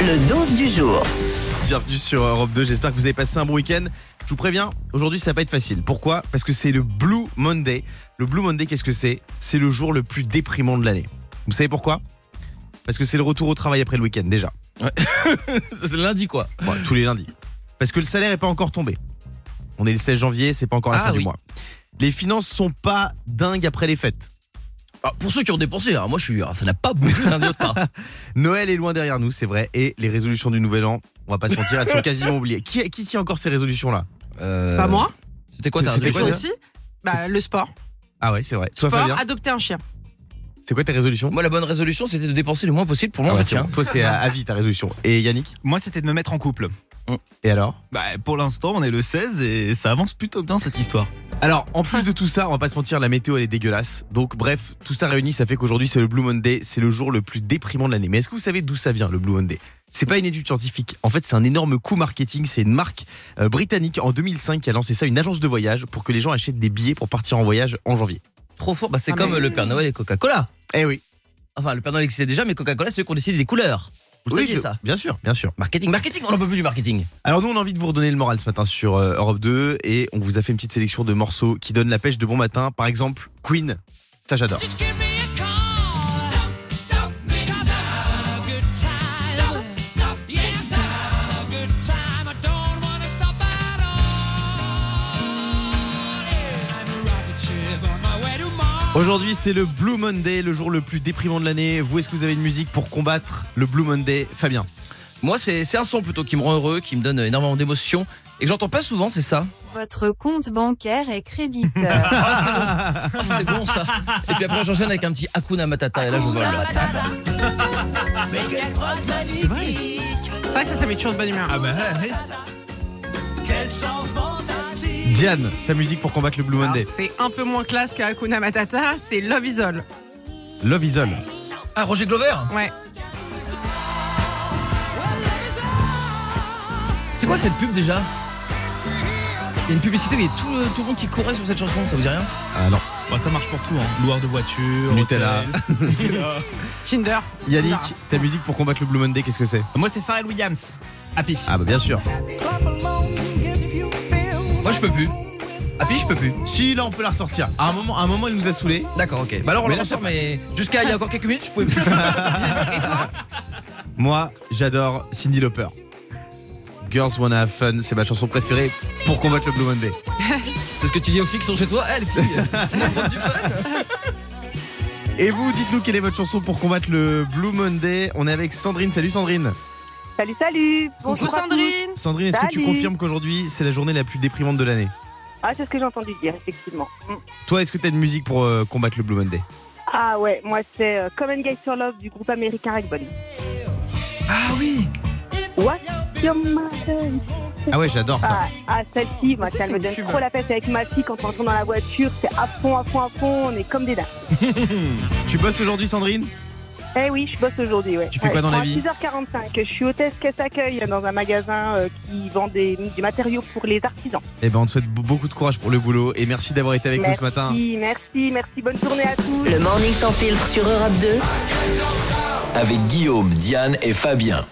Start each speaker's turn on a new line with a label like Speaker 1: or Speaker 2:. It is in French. Speaker 1: le dose du jour.
Speaker 2: Bienvenue sur Europe 2, j'espère que vous avez passé un bon week-end. Je vous préviens, aujourd'hui ça va pas être facile. Pourquoi Parce que c'est le Blue Monday. Le Blue Monday, qu'est-ce que c'est C'est le jour le plus déprimant de l'année. Vous savez pourquoi Parce que c'est le retour au travail après le week-end déjà.
Speaker 3: C'est lundi quoi.
Speaker 2: Bon, tous les lundis. Parce que le salaire est pas encore tombé. On est le 16 janvier, c'est pas encore la
Speaker 3: Ah
Speaker 2: fin du
Speaker 3: oui.
Speaker 2: mois. Les finances sont pas dingues après les fêtes.
Speaker 3: Ah, pour ceux qui ont dépensé, alors moi je suis, alors ça n'a pas bougé d'un iota.
Speaker 2: Noël est loin derrière nous, c'est vrai, et les résolutions du nouvel an, on va pas se mentir, elles sont quasiment oubliées. Qui, qui tient encore ces résolutions-là
Speaker 3: Euh,
Speaker 4: Pas moi,
Speaker 3: C'était quoi ta
Speaker 2: C'était
Speaker 4: toi
Speaker 2: quoi,
Speaker 3: résolution
Speaker 4: aussi. Bah, le sport.
Speaker 2: Ah ouais, c'est vrai. Toi,
Speaker 4: Sport,
Speaker 2: Fabien,
Speaker 4: adopter un chien.
Speaker 2: c'est quoi tes résolutions
Speaker 3: Moi la bonne résolution c'était de dépenser le moins possible pour
Speaker 2: Ah
Speaker 3: moi.
Speaker 2: ouais,
Speaker 3: je
Speaker 2: c'est
Speaker 3: bah, tiens.
Speaker 2: bon. Toi, c'est à, à vie ta résolution. Et Yannick
Speaker 5: Moi, c'était de me mettre en couple.
Speaker 3: Mm.
Speaker 2: Et alors
Speaker 5: Bah, pour l'instant, on est le 16 et ça avance plutôt bien cette histoire.
Speaker 2: Alors, en plus de tout ça, on va pas se mentir, la météo elle est dégueulasse. Donc, bref, tout ça réuni, ça fait qu'aujourd'hui c'est le Blue Monday, c'est le jour le plus déprimant de l'année. Mais est-ce que vous savez d'où ça vient le Blue Monday C'est pas une étude scientifique. En fait, c'est un énorme coup marketing. C'est une marque euh, britannique en 2005 qui a lancé ça, une agence de voyage pour que les gens achètent des billets pour partir en voyage en janvier.
Speaker 3: Trop fort, bah, c'est
Speaker 4: Ah,
Speaker 3: comme
Speaker 4: mais-
Speaker 3: le Père Noël et Coca-Cola.
Speaker 2: Eh oui.
Speaker 3: Enfin le Père Noël existait déjà, mais Coca-Cola c'est eux qui ont décidé les couleurs. Vous
Speaker 2: Oui,
Speaker 3: saviez
Speaker 2: je-
Speaker 3: ça
Speaker 2: Bien sûr, bien sûr.
Speaker 3: Marketing, marketing, on n'en peut plus du marketing.
Speaker 2: Alors nous on a envie de vous redonner le moral ce matin sur euh, Europe 2 et on vous a fait une petite sélection de morceaux qui donnent la pêche de bon matin. Par exemple, Queen, ça j'adore. Aujourd'hui c'est le Blue Monday, le jour le plus déprimant de l'année. Vous est-ce que vous avez une musique pour combattre le Blue Monday Fabien
Speaker 3: Moi c'est c'est un son plutôt qui me rend heureux, qui me donne énormément d'émotions et que j'entends pas souvent, c'est ça.
Speaker 6: Votre compte bancaire est créditeur.
Speaker 3: Ah, c'est bon ça. Et puis après j'enchaîne avec un petit Hakuna Matata et là je vole.
Speaker 4: C'est vrai que ça, ça met toujours de bonne humeur.
Speaker 5: Ah bah,
Speaker 2: Diane, ta musique pour combattre le Blue Monday
Speaker 4: C'est un peu moins classe que Hakuna Matata, c'est Love Isol.
Speaker 2: Love Isol.
Speaker 3: Ah Roger Glover.
Speaker 4: Ouais.
Speaker 3: C'était quoi cette pub déjà Il y a une publicité, mais il y a tout, euh, tout le monde qui courait sur cette chanson, ça vous dit rien
Speaker 2: Ah non.
Speaker 5: bah, ça marche pour tout, hein. Loueur de voiture,
Speaker 2: Nutella.
Speaker 5: hôtel.
Speaker 4: Kinder.
Speaker 2: Yannick, ta musique pour combattre le Blue Monday, qu'est-ce que c'est
Speaker 5: Moi, c'est Pharrell Williams. Happy.
Speaker 2: Ah bah bien sûr.
Speaker 3: Moi je peux plus. Happy, je peux plus.
Speaker 2: Si là on peut la ressortir. À un moment, à un moment il nous a saoulés.
Speaker 3: D'accord, ok. Bah alors on
Speaker 2: Mais
Speaker 3: le
Speaker 2: là,
Speaker 3: ressort,
Speaker 2: ça passe.
Speaker 3: mais jusqu'à il y a encore quelques minutes, je pouvais plus.
Speaker 2: Moi, j'adore Cindy Lauper. Girls Wanna Have Fun, c'est ma chanson préférée pour combattre le Blue Monday.
Speaker 3: Parce que tu dis aux filles qui sont chez toi, Eh les filles, venez prendre du fun.
Speaker 2: Et vous, dites-nous quelle est votre chanson pour combattre le Blue Monday. On est avec Sandrine. Salut Sandrine.
Speaker 7: Salut, salut
Speaker 4: Bonjour
Speaker 7: à
Speaker 4: Sandrine.
Speaker 2: Sandrine, est-ce que tu
Speaker 7: Salut.
Speaker 2: confirmes qu'aujourd'hui c'est la journée la plus déprimante de l'année
Speaker 7: tous. Ah, c'est ce que j'ai entendu dire, effectivement. Mm.
Speaker 2: Toi, est-ce que t'as une musique pour euh, combattre le Blue Monday
Speaker 7: Ah ouais, moi c'est euh, Come and Get Your Love du groupe américain Ragbone.
Speaker 5: Ah oui
Speaker 7: What your mother
Speaker 2: Ah ouais, j'adore ça.
Speaker 7: Ah, ah, celle-ci, moi,
Speaker 4: Ça,
Speaker 7: ça
Speaker 4: c'est
Speaker 7: me
Speaker 4: une
Speaker 7: donne
Speaker 4: pub.
Speaker 7: trop la pêche avec ma fille quand on rentre dans la voiture. C'est à fond, à fond, à fond, on est comme des dingues.
Speaker 2: Tu bosses aujourd'hui, Sandrine
Speaker 7: Eh oui, je bosse aujourd'hui, ouais.
Speaker 2: Tu fais quoi dans la vie
Speaker 7: À 6h45, je suis hôtesse caisse accueil dans un magasin euh, qui vend des, du matériau pour les artisans.
Speaker 2: Eh ben, on te souhaite be- beaucoup de courage pour le boulot et merci d'avoir été avec nous ce matin.
Speaker 7: Merci, merci, merci, bonne journée à tous
Speaker 1: Le morning sans filtre sur Europe 2.
Speaker 8: avec Guillaume, Diane et Fabien.